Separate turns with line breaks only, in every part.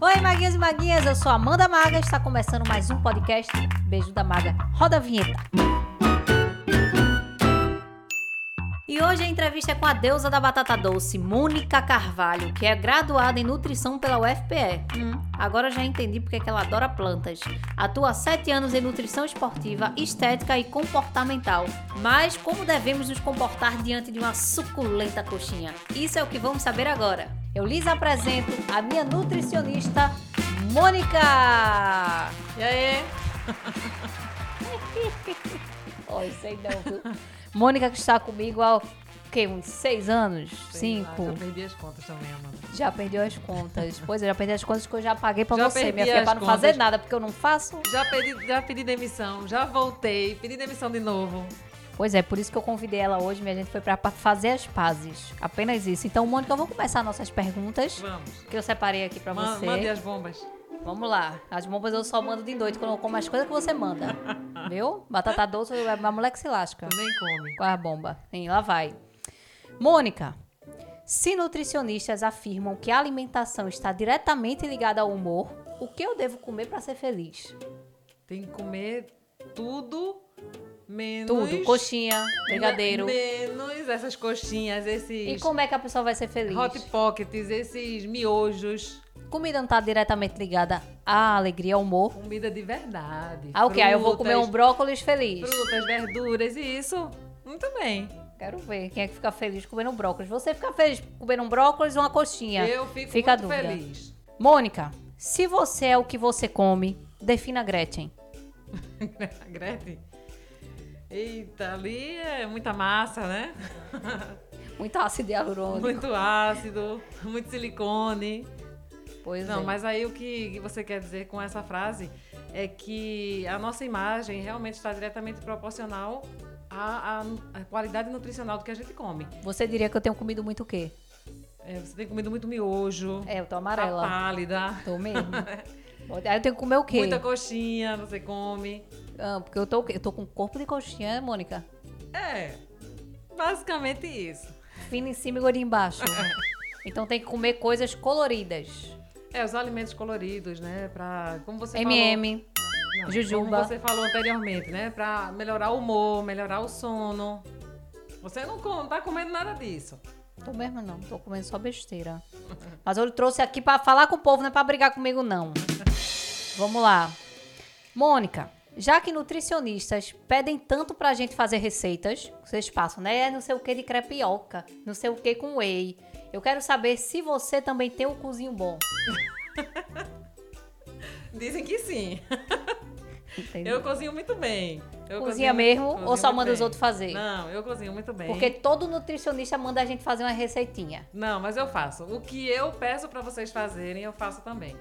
Oi, maguinhas e maguinhas, eu sou Amanda Maga, está começando mais um podcast Beijo da Maga. Roda a vinheta. E hoje a entrevista é com a deusa da batata doce, Mônica Carvalho, que é graduada em nutrição pela UFPE. Hum, agora já entendi porque é que ela adora plantas. Atua há 7 anos em nutrição esportiva, estética e comportamental. Mas como devemos nos comportar diante de uma suculenta coxinha? Isso é o que vamos saber agora. Eu lhes apresento a minha nutricionista, Mônica!
E aí?
Oh, isso aí não, viu? Mônica que está comigo há o quê? Uns seis anos?
Sei lá,
Cinco?
já perdi as contas também, Amanda.
Já perdeu as contas. Pois é, já perdi as contas que eu já paguei pra
Já
você,
perdi
minha filha,
as
pra não
contas.
fazer nada, porque eu não faço.
Já pedi, já pedi demissão, já voltei, pedi demissão de novo.
Pois é, por isso que eu convidei ela hoje, minha gente, foi pra pa- fazer as pazes. Apenas isso. Então, Mônica, eu vou começar nossas perguntas
Vamos.
que eu separei aqui pra
Ma-
você.
Mande as bombas.
Vamos lá. As bombas eu só mando de noite, quando eu como as coisas que você manda. Viu? Batata doce, é a mulher que se lasca.
Tu nem come.
Com a bomba. Hein, lá vai. Mônica, se nutricionistas afirmam que a alimentação está diretamente ligada ao humor, o que eu devo comer para ser feliz?
Tem que comer tudo menos...
Tudo. Coxinha, brigadeiro.
Menos essas coxinhas,
E
esses
como é que a pessoa vai ser feliz?
hot pockets, esses miojos.
Comida não está diretamente ligada à alegria, ao humor.
Comida de verdade.
Ah, o que? Ah, eu vou comer um
frutas,
brócolis feliz.
Frutas, verduras e isso. Muito bem.
Quero ver quem é que fica feliz comendo um brócolis. Você fica feliz comendo um brócolis ou uma coxinha?
Eu fico
Fica a
muito
dúvida.
feliz.
Mônica, se você é o que você come, defina Gretchen.
A Gretchen? Eita, ali é muita massa, né?
Muito ácido hialurônico.
muito ácido, muito silicone.
Pois
Não,
é.
mas aí o que que você quer dizer com essa frase é que a nossa imagem realmente está diretamente proporcional à, à- à qualidade nutricional do que a gente come.
Você diria que eu tenho comido muito o quê?
É, você tem comido muito miojo,
É, eu tô
tá
amarela.
pálida,
Tô mesmo. Bota- Aí eu tenho que comer o quê?
muita coxinha você come.
Ah, porque eu tô, o quê? eu tô com corpo de coxinha, Mônica.
É, basicamente isso.
Fina em cima e gordinha embaixo. então tem que comer coisas coloridas.
É, os alimentos coloridos, né? Pra, como você falou,
MM.
Não,
Jujuba.
Como você falou anteriormente, né? Pra melhorar o humor, melhorar o sono. Você não com- tá comendo nada disso.
Tô mesmo não, tô comendo só besteira. Mas eu trouxe aqui pra falar com o povo, não é pra brigar comigo não. Vamos lá. Mônica, já que nutricionistas pedem tanto pra gente fazer receitas, vocês passam, né? É não sei o que de crepioca, não sei o que com whey. Eu quero saber se você também tem um cozinho bom.
Dizem que sim.
Entendeu?
Eu cozinho muito bem. Eu
Cozinha
cozinho-
mesmo
cozinho
ou só
muito
manda os
bem.
outros fazer?
Não, eu cozinho muito bem.
Porque todo nutricionista manda a gente fazer uma receitinha.
Não, mas eu faço. O que eu peço pra vocês fazerem, eu faço também.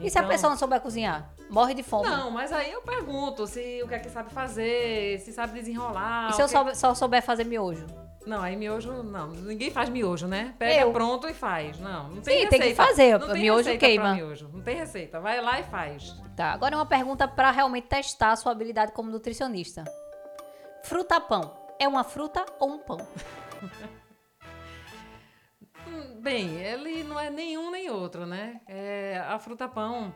E se a
Então-
pessoa não souber cozinhar? Morre de fome.
Não, mas aí eu pergunto se o que é que sabe fazer, se sabe desenrolar.
e se eu
o que-
souber- só souber fazer miojo?
Não, aí miojo, não. Ninguém faz miojo, né? Pega
Eu.
pronto e faz. Não, não tem
Sim,
receita.
tem que fazer.
Não tem
Miojo
receita pra
queima.
miojo. Não tem receita. Vai lá e faz.
Tá, agora uma pergunta pra realmente testar a sua habilidade como nutricionista. Fruta pão é uma fruta ou um pão?
Hum, Bem, ele não é nenhum nem outro, né? É, a fruta pão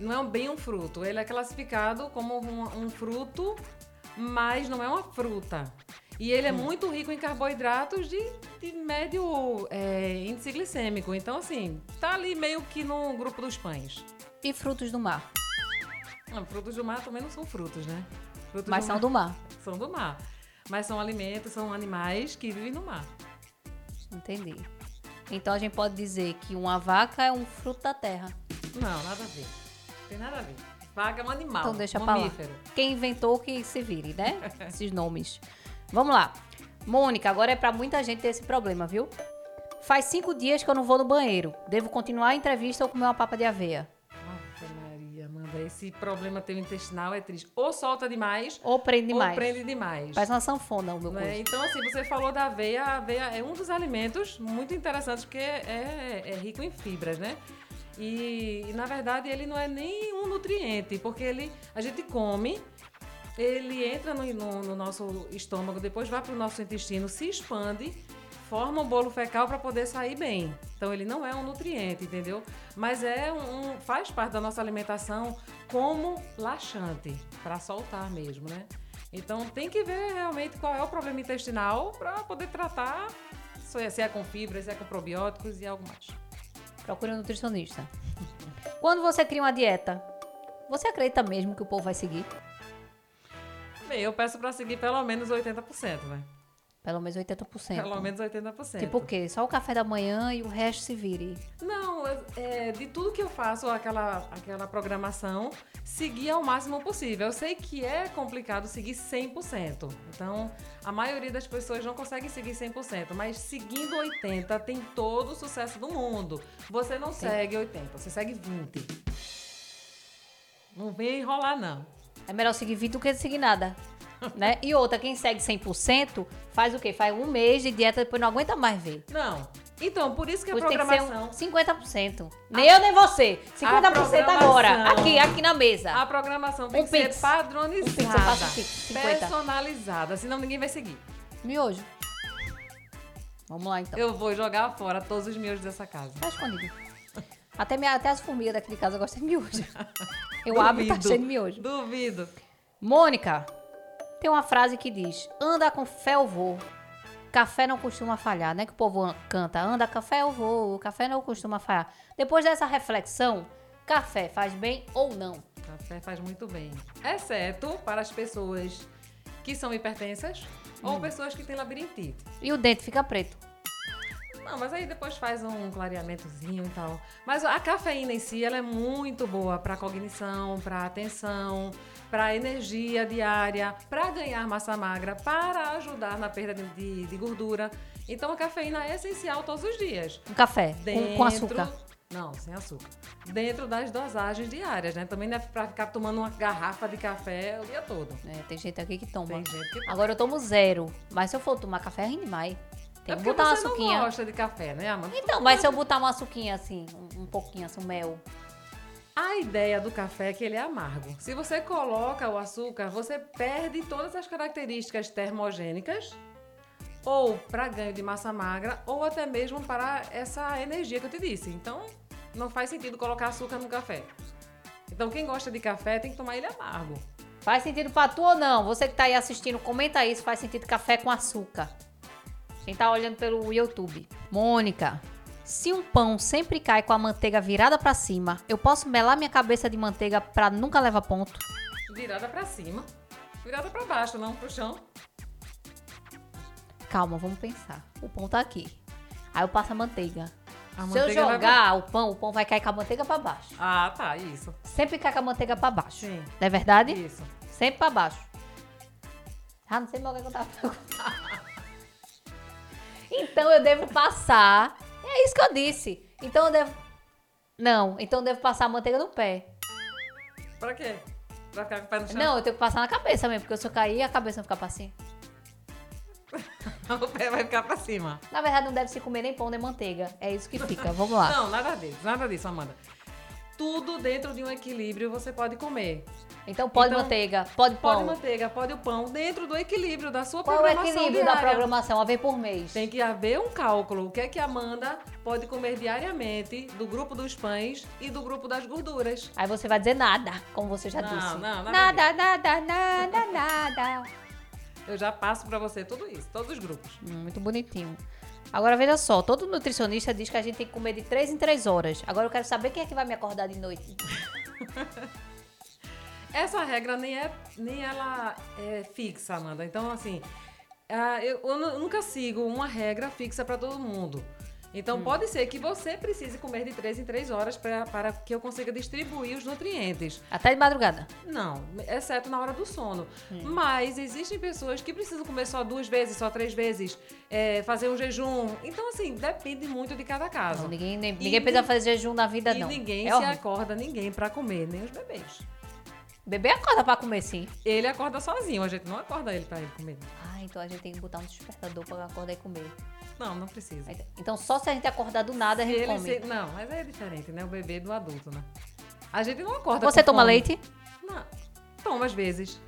não é um- bem um fruto. Ele é classificado como um, um fruto, mas não é uma fruta. E ele é
Hum.
muito rico em carboidratos de, de médio é, índice glicêmico. Então, assim, tá ali meio que no grupo dos pães.
E frutos do mar,
Não, frutos do mar também não são frutos, né? Frutos
mas são do mar.
mar, são do mar. Mas são alimentos, são animais que vivem no mar.
Entendi. Então a gente pode dizer que uma vaca é um fruto da terra.
Não, nada a ver. Tem nada a ver. Vaca é um animal.
Então deixa pra lá.
mamífero.
Quem inventou que se vire, né? Esses nomes. Vamos lá. Mônica, agora é pra muita gente ter esse problema, viu? Faz cinco dias que eu não vou no banheiro. Devo continuar a entrevista ou comer uma papa de aveia?
Ave Maria, Amanda, esse problema teu intestinal é triste. Ou solta demais,
Ou prende
ou
demais?
prende demais.
Faz uma sanfona o meu
Né?
curso.
Então, assim, você falou da aveia. A aveia é um dos alimentos muito interessantes, porque é, é rico em fibras, né? E, e, na verdade, ele não é nem um nutriente, porque ele a gente come, ele entra no, no- no nosso estômago, depois vai para o nosso intestino, se expande forma o bolo fecal para poder sair bem. Então ele não é um nutriente, entendeu? Mas é um, um- faz parte da nossa alimentação como laxante, para soltar mesmo, né? Então tem que ver realmente qual é o problema intestinal para poder tratar se é- se é com fibras, se é com probióticos e algo mais.
Procure um nutricionista. Quando você cria uma dieta, você acredita mesmo que o povo vai seguir?
Bem, eu peço para seguir pelo menos 80%, né?
Pelo menos 80%.
Pelo menos 80%.
Tipo o quê? Só o café da manhã e o resto se vire.
Não, eu- é, de tudo que eu faço, aquela, aquela programação, seguir ao máximo possível. Eu sei que é complicado seguir 100%. Então, a maioria das pessoas não consegue seguir 100%, mas seguindo 80% tem todo o sucesso do mundo. Você não segue 80%, você segue 20%. Não vem enrolar, não.
É melhor seguir 20 do que seguir nada. Né? E outra, quem segue 100% faz o quê? Faz um mês de dieta, depois não aguenta mais ver.
Não. Então, por isso que a
Pois tem que ser
programação...
um 50%. Nem eu, nem você. 50% agora.
programação.
Aqui, aqui na mesa.
A programação tem
Um
que
pix.
ser
Um pix, eu
padronizada,
faço um pix, 50.
personalizada, senão ninguém vai seguir.
Miojo. Vamos lá, então.
Eu vou jogar fora todos os miojos dessa casa.
Tá escondido. Até, minha, até as formigas daqui de casa gostam de miojo. Eu abro e tá
Duvido.
cheio de miojo.
Duvido.
Mônica, tem uma frase que diz: anda com fé eu vou. Café não costuma falhar, né? Que o povo an- canta, anda café é eu vou, café não costuma falhar. Depois dessa reflexão, café faz bem ou não?
Café Tá, faz muito bem. Exceto para as pessoas que são hipertensas
Hum.
ou pessoas que têm labirintite.
E o dente fica preto.
Não, mas aí depois faz um clareamentozinho e tal. Mas a cafeína em si, ela é muito boa para cognição, para atenção, para energia diária, para ganhar massa magra, para ajudar na perda de- de, de gordura. Então a cafeína é essencial todos os dias.
Um café com,
Dentro...
com açúcar.
Não, sem açúcar. Dentro das dosagens diárias, né? Também não é pra ficar tomando uma garrafa de café o dia todo.
É, tem gente aqui que toma.
Tem gente que toma.
Agora eu tomo zero, mas se eu for tomar café, rende mais. Tem
é
que
porque
botar uma
você
suquinha.
não gosta de café, né, Amanda?
Então, mas se eu botar uma suquinha assim, um, um pouquinho assim, um mel.
A ideia do café é que ele é amargo. Se você coloca o açúcar, você perde todas as características termogênicas ou para ganho de massa magra ou até mesmo para essa energia que eu te disse. Então, não faz sentido colocar açúcar no café. Então, quem gosta de café tem que tomar ele amargo.
Faz sentido pra tu ou não? Você que tá aí assistindo, comenta aí se faz sentido café com açúcar. Quem tá olhando pelo YouTube. Mônica, se um pão sempre cai com a manteiga virada pra cima, eu posso melar minha cabeça de manteiga pra nunca levar ponto?
Virada pra cima. Virada pra baixo, não pro chão.
Calma, vamos pensar. O pão tá aqui. Aí eu passo a manteiga.
A
se
manteiga
eu
vai
jogar o pão, o pão vai cair com a manteiga pra baixo.
Ah, tá, isso.
Sempre cai com a manteiga pra baixo.
Sim.
Não é verdade?
Isso.
Sempre pra baixo. Ah, não sei mais o que eu tava perguntando. Então eu devo passar. É isso que eu disse. Então eu devo. Não, então eu devo passar a manteiga no pé.
Pra quê? Pra ficar com o pé no chão?
Não, eu tenho que passar na cabeça mesmo, porque se eu cair, a cabeça vai ficar pra cima.
O pé vai ficar pra cima.
Na verdade, não deve se comer nem pão nem manteiga. É isso que fica. Vamos lá.
Não, nada disso, nada disso, Amanda. Tudo dentro de um equilíbrio você pode comer.
Então pode
Então,
manteiga, pode
Pode
pão.
manteiga, pode o pão, dentro do equilíbrio da sua
Qual é o
programação
equilíbrio da
diária.
programação? Uma vez por mês.
Tem que haver um cálculo. O que é que a Amanda pode comer diariamente do grupo dos pães e do grupo das gorduras?
Aí você vai dizer nada, como você já
Não,
disse.
não, nada
nada, nada, nada, nada.
Eu já passo pra você tudo isso, todos os grupos.
Hum, Muito bonitinho. Agora veja só, todo nutricionista diz que a gente tem que comer de 3 em 3 horas. Agora eu quero saber quem é que vai me acordar de noite.
Essa regra nem é nem ela é fixa, Amanda. Então, assim, ah, eu, eu nu- nunca sigo uma regra fixa para todo mundo. Então,
Hum.
pode ser que você precise comer de 3 em 3 horas pra- para que eu consiga distribuir os nutrientes.
Até de madrugada.
Não, exceto na hora do sono. Mas existem pessoas que precisam comer só duas vezes, só três vezes, é, fazer um jejum. Então, assim, depende muito de cada caso.
Não, ninguém nem-
Tá E
ninguém precisa fazer jejum na vida,
E
não.
ninguém
é
se
horrível.
acorda, ninguém, para comer, nem os bebês.
Bebê acorda pra comer, sim.
Ele acorda sozinho, a gente não acorda ele pra ele comer.
Ah, então a gente tem que botar um despertador pra acordar e comer.
Não, não precisa.
Aí tá. Então só se a gente acordar do nada a gente
Ele
come.
se- Não, mas é diferente, né? O bebê do adulto, né? A gente não acorda.
Você
com
toma
fome.
leite?
Não. Toma às vezes.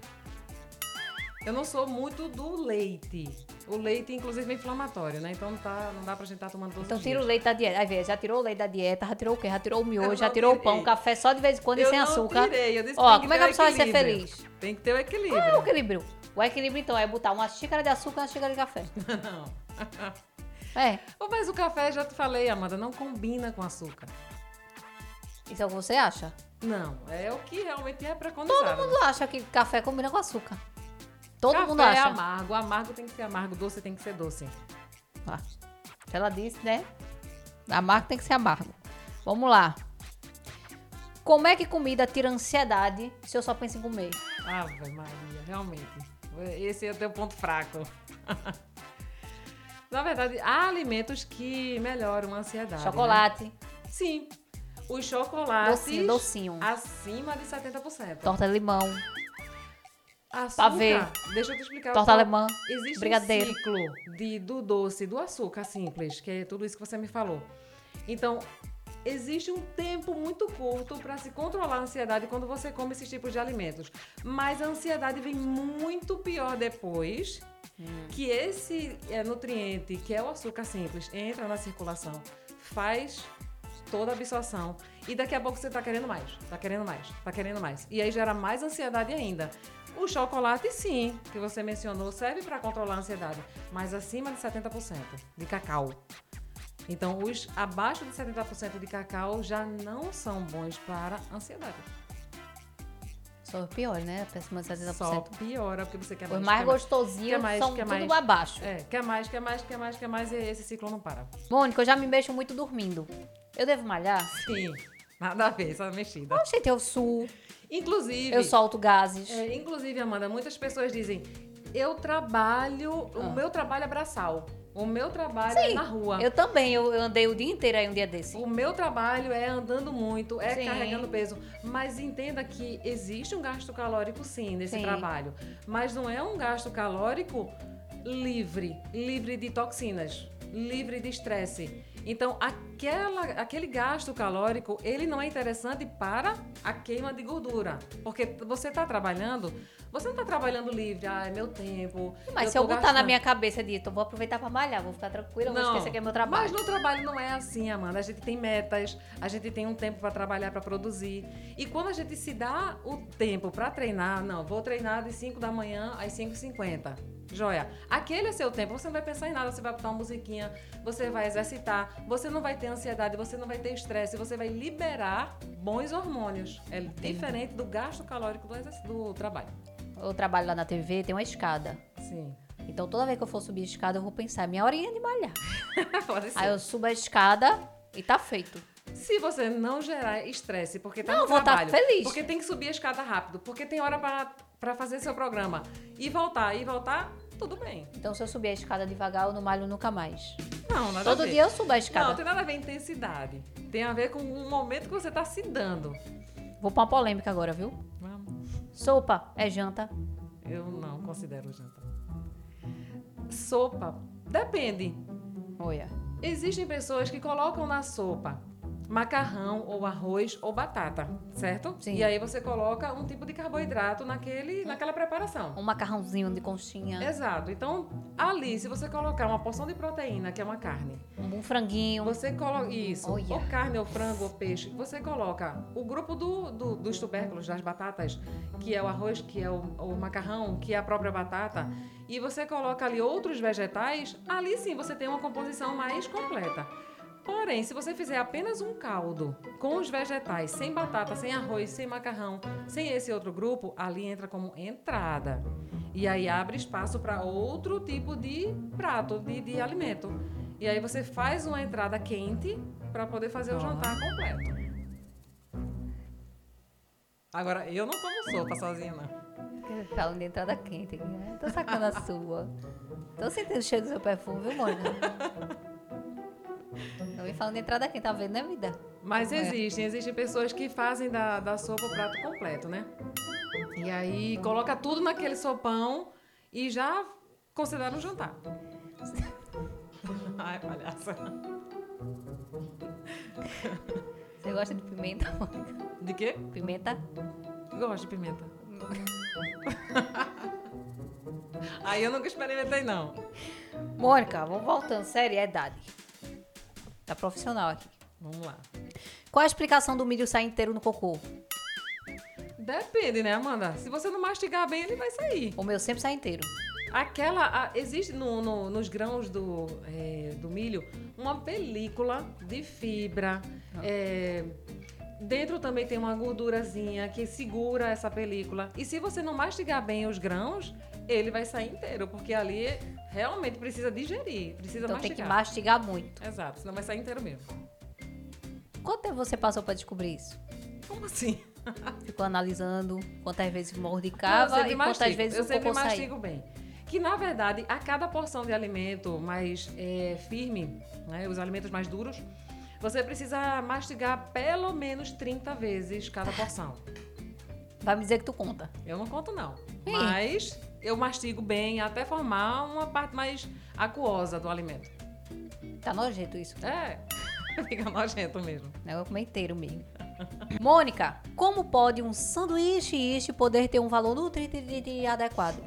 Eu não sou muito do leite. O leite, inclusive, é inflamatório, né? Então não, tá, não dá pra gente estar tomando todos
Então
os
tira o
dias.
leite da dieta. Aí vê, já tirou o leite da dieta, já tirou o quê? Já tirou o miojo,
Eu
já
não
tirou o pão,
tirei.
café só de vez em quando e
Eu
sem
não
açúcar.
tirei, eu disse que
Ó,
tem que
como é que
ter
a pessoa vai ser
equilíbrio.
feliz?
Tem que ter o equilíbrio.
Qual é o equilíbrio? O equilíbrio, então, é botar uma xícara de açúcar e uma xícara de café.
Não.
É,
Ô, Mas o café, já te falei, Amanda, não combina com açúcar.
isso é o que você acha?
Não, é o que realmente é
Todo
preconizado.
mundo acha que café combina com açúcar. Todo
café
mundo
é
acha.
amargo, amargo tem que ser amargo, doce tem que ser doce.
Ah, ela disse, né? Amargo tem que ser amargo. Vamos lá. Como é que comida tira ansiedade se eu só penso em comer?
né? Ave Maria, realmente. Esse é o teu ponto fraco. Na verdade, há alimentos que melhoram a ansiedade. né?
Chocolate,
Sim. Os chocolates.
Docinho, docinho.
Acima de 70%.
torta de limão,
Açúcar.
pavê.
Deixa eu te explicar.
torta
qual-
alemã.
Existe
Brigadeiro.
um ciclo de, do doce, do açúcar simples, que é tudo isso que você me falou. Então, existe um tempo muito curto para se controlar a ansiedade quando você come esses tipos de alimentos. Mas a ansiedade vem muito pior depois que esse é, nutriente, que é o açúcar simples, entra na circulação, faz toda a absorção. E daqui a pouco você tá querendo mais, tá querendo mais, tá querendo mais. E aí gera mais ansiedade ainda. O chocolate, sim, que você mencionou, serve para controlar a ansiedade, mas acima de 70% de cacau. Então, os abaixo de 70% de cacau já não são bons para a ansiedade.
São os piores, né? Péssima de 70%.
Só piora, porque você quer
Os
mais.
mais
quer
gostosinhos
quer mais,
são
quer
tudo
mais.
abaixo.
É, quer mais, quer mais, quer mais, quer mais, e esse ciclo não para.
Mônica, eu já me mexo muito dormindo. Eu devo malhar?
Sim, nada a ver, essa mexida.
Oxe, eu suo,
Inclusive,
eu solto gases.
é, inclusive, Amanda, muitas pessoas dizem: eu trabalho,
Ah.
o meu trabalho é braçal, o meu trabalho é
Sim,
na rua.
Eu também, eu eu andei o dia inteiro aí um dia desse.
O meu trabalho é andando muito, é
Sim.
carregando peso. Mas entenda que existe um gasto calórico, sim, nesse
Sim.
trabalho. Mas não é um gasto calórico livre livre de toxinas, livre de estresse. Então, aquela, aquele gasto calórico, ele não é interessante para a queima de gordura. Porque você está trabalhando, você não está trabalhando livre, ah, é meu tempo.
Mas se
tô
eu botar na
gastando.
minha cabeça de, eu vou aproveitar pra malhar, vou ficar tranquila, vou esquecer que é meu trabalho.
Mas no trabalho não é assim, Amanda. A gente tem metas, a gente tem um tempo para trabalhar, para produzir. E quando a gente se dá o tempo para treinar, não, vou treinar de 5 da manhã às 5h50. Joia, aquele é seu tempo, você não vai pensar em nada, você vai botar uma musiquinha, você vai exercitar, você não vai ter ansiedade, você não vai ter estresse, você vai liberar bons hormônios. É diferente do gasto calórico do, exerc- do trabalho.
Eu trabalho lá na TV, tem uma escada.
Sim.
Então toda vez que eu for subir a escada, eu vou pensar, "É minha horinha de malhar.
Pode ser.
Aí eu subo a escada e tá feito.
Se você não gerar estresse, porque tá
Não,
no
vou tá
trabalho,
feliz.
porque tem que subir a escada rápido, porque tem hora pra- pra fazer seu programa e voltar e voltar, tudo bem.
Então se eu subir a escada devagar, eu não malho nunca mais.
Não, nada a
Todo
ver.
dia eu subo a
Não,
escada.
tem nada a ver com intensidade. Tem a ver com o momento que você tá se dando.
Vou pra uma polêmica agora, viu?
Vamos.
Sopa é janta.
Eu não considero janta. Sopa, depende.
Olha.
Existem pessoas que colocam na sopa macarrão ou arroz ou batata, certo?
Sim.
E aí você coloca um tipo de carboidrato naquele, naquela preparação.
Um macarrãozinho de conchinha,
Exato. Então, ali, se você colocar uma porção de proteína, que é uma carne,
um franguinho.
você coloca. Isso.
Olha.
Ou carne, ou frango, ou peixe. Você coloca o grupo do, do- dos tubérculos, das batatas, que é o arroz, que é o, o macarrão, que é a própria batata. E você coloca ali outros vegetais, ali sim você tem uma composição mais completa. Porém, se você fizer apenas um caldo com os vegetais, sem batata, sem arroz, sem macarrão, sem esse outro grupo, ali entra como entrada. E aí abre espaço para outro tipo de prato, de, de alimento. E aí você faz uma entrada quente para poder fazer o jantar completo. Agora, eu não como sopa sozinha, não.
Falando de entrada quente aqui, né? Tô sacando a sua. Tô sentindo o cheiro do seu perfume, viu, Mônica? Não me falando de entrada quente, tá vendo, né, vida?
Mas
É.
existem, existem pessoas que fazem da, da sopa o prato completo, né? E aí coloca tudo naquele sopão e já considera um jantar. Ai, palhaça.
Você gosta de pimenta, Mônica?
De quê?
Pimenta?
Gosto de pimenta. Aí eu nunca experimentei, não.
Mônica, vamos voltando. Seriedade. Tá profissional aqui.
Vamos lá.
Qual a explicação do milho sair inteiro no cocô?
Depende, né, Amanda? Se você não mastigar bem, ele vai sair.
O meu sempre sai inteiro.
Aquela. a- existe no- no- nos grãos do, é, do milho uma película de fibra.
Ah.
É, dentro também tem uma gordurazinha que segura essa película. E se você não mastigar bem os grãos, ele vai sair inteiro, porque ali realmente precisa digerir, precisa
Então tem que
mastigar.
mastigar muito.
Exato, senão vai sair inteiro mesmo.
Quanto tempo você passou pra descobrir isso?
Como assim?
Ficou analisando quantas vezes
Não,
mordicava
eu sempre
e quantas
mastigo.
vezes
eu
o
sempre
cocô saía.
mastigo bem. Que na verdade, a cada porção de alimento mais é, firme, né, os alimentos mais duros, você precisa mastigar pelo menos 30 vezes cada porção.
Vai me dizer que tu conta.
Eu não conto, não. Mas eu mastigo bem até formar uma parte mais aquosa do alimento.
Tá nojento isso.
É, fica nojento mesmo.
né? Eu comi inteiro mesmo. Mônica, como pode um sanduíche ishi poder ter um valor nutritivo adequado?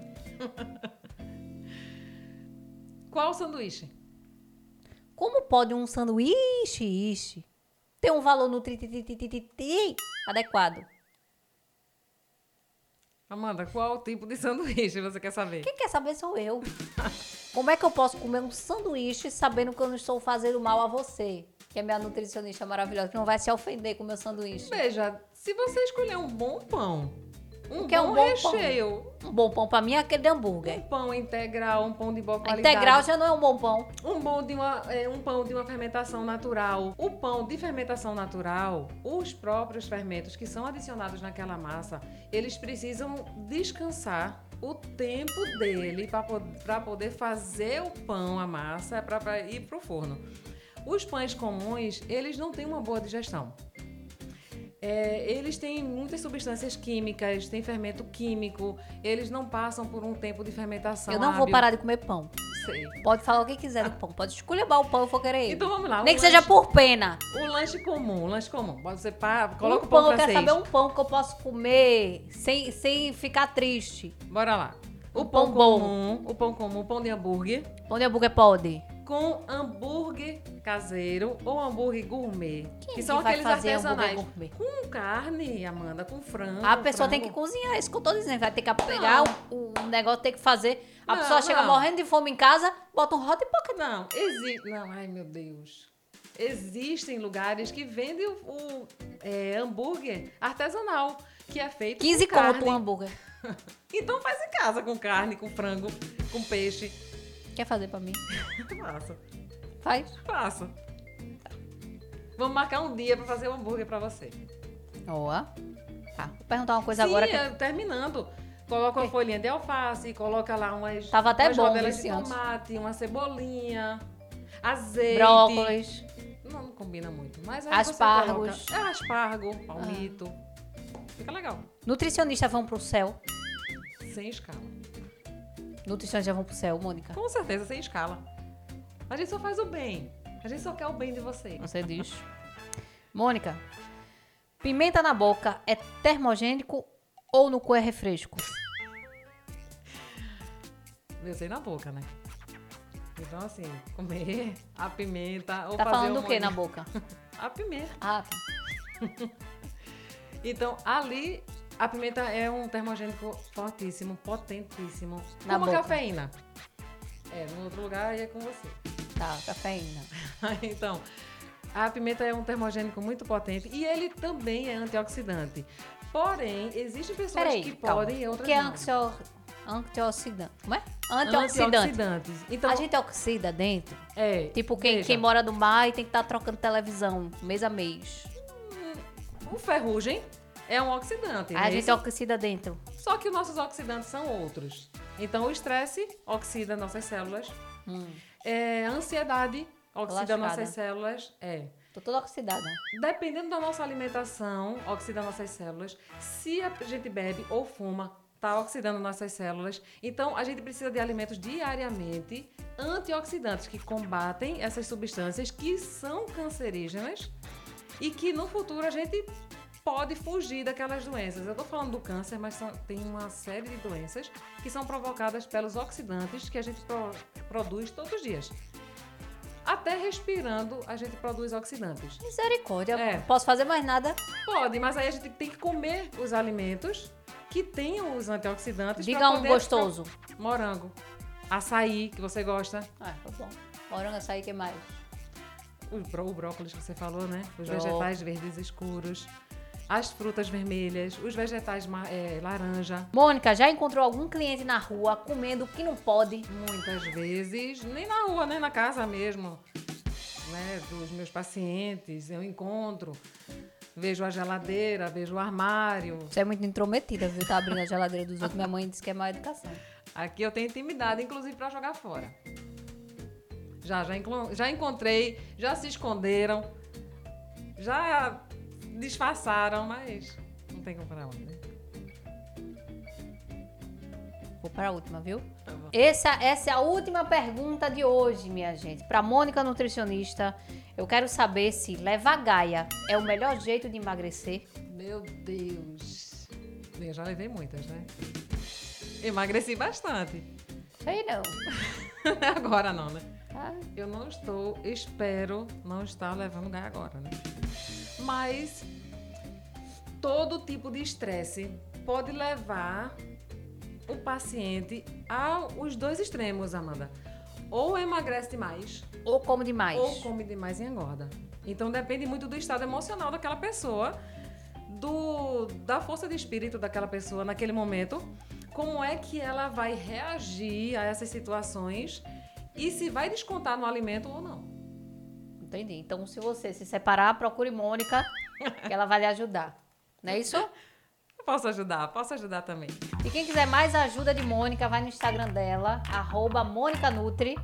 Qual o sanduíche?
Como pode um sanduíche ishi ter um valor nutritivo adequado?
Amanda, qual tipo de sanduíche você quer saber?
Quem quer saber sou eu. Como é que eu posso comer um sanduíche sabendo que eu não estou fazendo mal a você? Que é minha nutricionista maravilhosa, que não vai se ofender com o meu sanduíche.
Veja, se você escolher um bom pão, um
O que é
bom,
um bom pão?
recheio,
Um bom pão pra mim é aquele de hambúrguer.
um pão integral, um pão de boa
A
qualidade,
integral já não é um bom pão.
um, bom de uma, é, um pão de uma fermentação natural. O pão de fermentação natural, os próprios fermentos que são adicionados naquela massa, eles precisam descansar o tempo dele para poder fazer o pão, a massa, para ir pro forno. Os pães comuns, eles não têm uma boa digestão. É, eles têm muitas substâncias químicas, têm fermento químico, eles não passam por um tempo de fermentação.
Eu não vou
hábil.
parar de comer pão.
Sei.
Pode falar o que quiser do pão. Pode esculhambar o pão, eu vou querer ele.
Então vamos lá.
Nem
o
que
lanche-
seja por pena.
O lanche comum, o lanche comum. Você pa... coloca
um
o pão,
eu quero
francês.
saber um pão que eu posso comer sem, sem ficar triste.
Bora lá. O
Um
pão,
pão bom.
comum, o pão comum, pão de hambúrguer
Pão de hambúrguer pode?
com hambúrguer caseiro ou hambúrguer gourmet,
Quem
que são
vai
aqueles
fazer hambúrguer
artesanais.
gourmet?
Com carne, Amanda, com frango.
A pessoa tem que
frango.
cozinhar, é isso que eu tô dizendo. Vai ter que pegar o, o negócio, tem que fazer. A
Não,
pessoa chega
não.
morrendo de fome em casa, bota um hot pocket.
Não, existe. Não, ai meu Deus. Existem lugares que vendem o, o, é, hambúrguer artesanal, que é feito
15
com carne.
conto um hambúrguer.
Então faz em casa com carne, com frango, com peixe.
Quer fazer pra mim?
Massa.
Faz.
Faça. Vamos marcar um dia pra fazer um hambúrguer pra você.
Ó. Tá, vou perguntar uma coisa
Sim,
agora. Que... É.
é, terminando. Coloca uma folhinha de alface, coloca lá umas,
Tava até
umas
bom
rodelas de
esse antes.
tomate, uma cebolinha, azeite.
Brócolis.
Não, não combina muito, mas aí
Aspargos. Ah.
Você coloca, é, aspargo, palmito. Fica legal.
Nutricionistas vão pro céu.
Sem escala.
Nutricionistas vão pro céu, Mônica.
Com certeza, sem escala. A gente só faz o bem. A gente só quer o bem de vocês.
Você diz. Mônica, pimenta na boca é termogênico ou no cu é refresco?
Eu sei na boca, né? Então, assim, comer a pimenta ou
tá
fazer
falando
um
do que na
molho-
boca?
A pimenta.
Ah, tá.
Então, ali, a pimenta é um termogênico fortíssimo, potentíssimo.
Na
como
boca.
a cafeína. É, no outro lugar aí é com você.
Tá, cafeína.
então, a pimenta é um termogênico muito potente e ele também é antioxidante. Porém, existem pessoas
Peraí,
que
calma.
podem e
o
outras
que é
não.
anxio- antioxidante? Como é? Antioxidante.
Antioxidantes. Então,
A gente oxida dentro.
é,
Tipo, quem,
veja,
quem mora no mar e tem que estar trocando televisão mês a mês.
o ferrugem é um oxidante.
A
né?
gente oxida dentro.
Só que os nossos oxidantes são outros. Então, o estresse oxida nossas células.
Hum,
É, a ansiedade
Lascada.
oxida nossas células. É.
tô toda oxidada.
Dependendo da nossa alimentação, oxida nossas células. Se a gente bebe ou fuma, tá oxidando nossas células. Então, a gente precisa de alimentos diariamente antioxidantes que combatem essas substâncias que são cancerígenas e que no futuro a gente pode fugir daquelas doenças. Eu estou falando do câncer, mas são- tem uma série de doenças que são provocadas pelos oxidantes que a gente pro- produz todos os dias. Até respirando, a gente produz oxidantes.
Misericórdia,
É.
não posso fazer mais nada.
Pode, mas aí a gente tem que comer os alimentos que tenham os antioxidantes. pra
Diga um
poder-
gostoso.
Morango. Açaí, que você gosta.
Ah, tá bom. Morango, açaí, que mais?
O, bró- o brócolis que você falou, né? Os
Bró-
vegetais verdes escuros. As frutas vermelhas. Os vegetais ma- eh, laranja.
Mônica, já encontrou algum cliente na rua comendo o que não pode?
Muitas vezes, nem na rua, nem na casa mesmo, né, dos meus pacientes, eu encontro, vejo a geladeira, vejo o armário.
Você é muito intrometida, viu? Tá abrindo a geladeira dos outros. Minha mãe disse que é má educação.
Aqui eu tenho intimidade, inclusive, para jogar fora. Já, já, inclu- já encontrei, já se esconderam, já disfarçaram, mas não tem como parar onde, né?
Vou para a última, viu?
Tá bom.
Essa, essa é a última pergunta de hoje, minha gente. Para Mônica Nutricionista, eu quero saber se levar gaia é o melhor jeito de emagrecer.
Meu Deus! Eu já levei muitas, né? Emagreci bastante.
Sei não.
Agora não, né?
Ah,
Eu não estou, espero não estar levando gás agora, né? Mas todo tipo de estresse pode levar o paciente aos dois extremos, Amanda. Ou emagrece demais,
Ou como demais.
ou come demais e engorda. Então depende muito do estado emocional daquela pessoa, do, da força de espírito daquela pessoa naquele momento, como é que ela vai reagir a essas situações e se vai descontar no alimento ou não.
Entendi. Então, se você se separar, procure Mônica, que ela vai lhe ajudar. Não é isso?
Eu Posso ajudar, posso ajudar também.
E quem quiser mais ajuda de Mônica, vai no Instagram dela, arroba Mônica Nutri,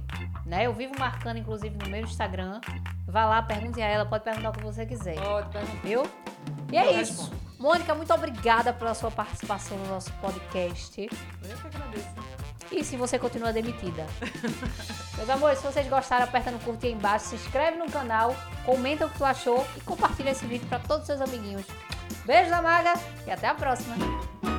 né? Eu vivo marcando, inclusive, no meu Instagram. Vá lá, pergunte a ela, pode perguntar o que você quiser,
Pode perguntar.
viu? E é
Eu
isso.
respondo.
Mônica, muito obrigada pela sua participação no nosso podcast.
Eu que agradeço.
E se você continua demitida. Meus amores, se vocês gostaram, aperta no curtir aí embaixo, se inscreve no canal, comenta o que tu achou e compartilha esse vídeo para todos os seus amiguinhos. Beijo da maga e até a próxima.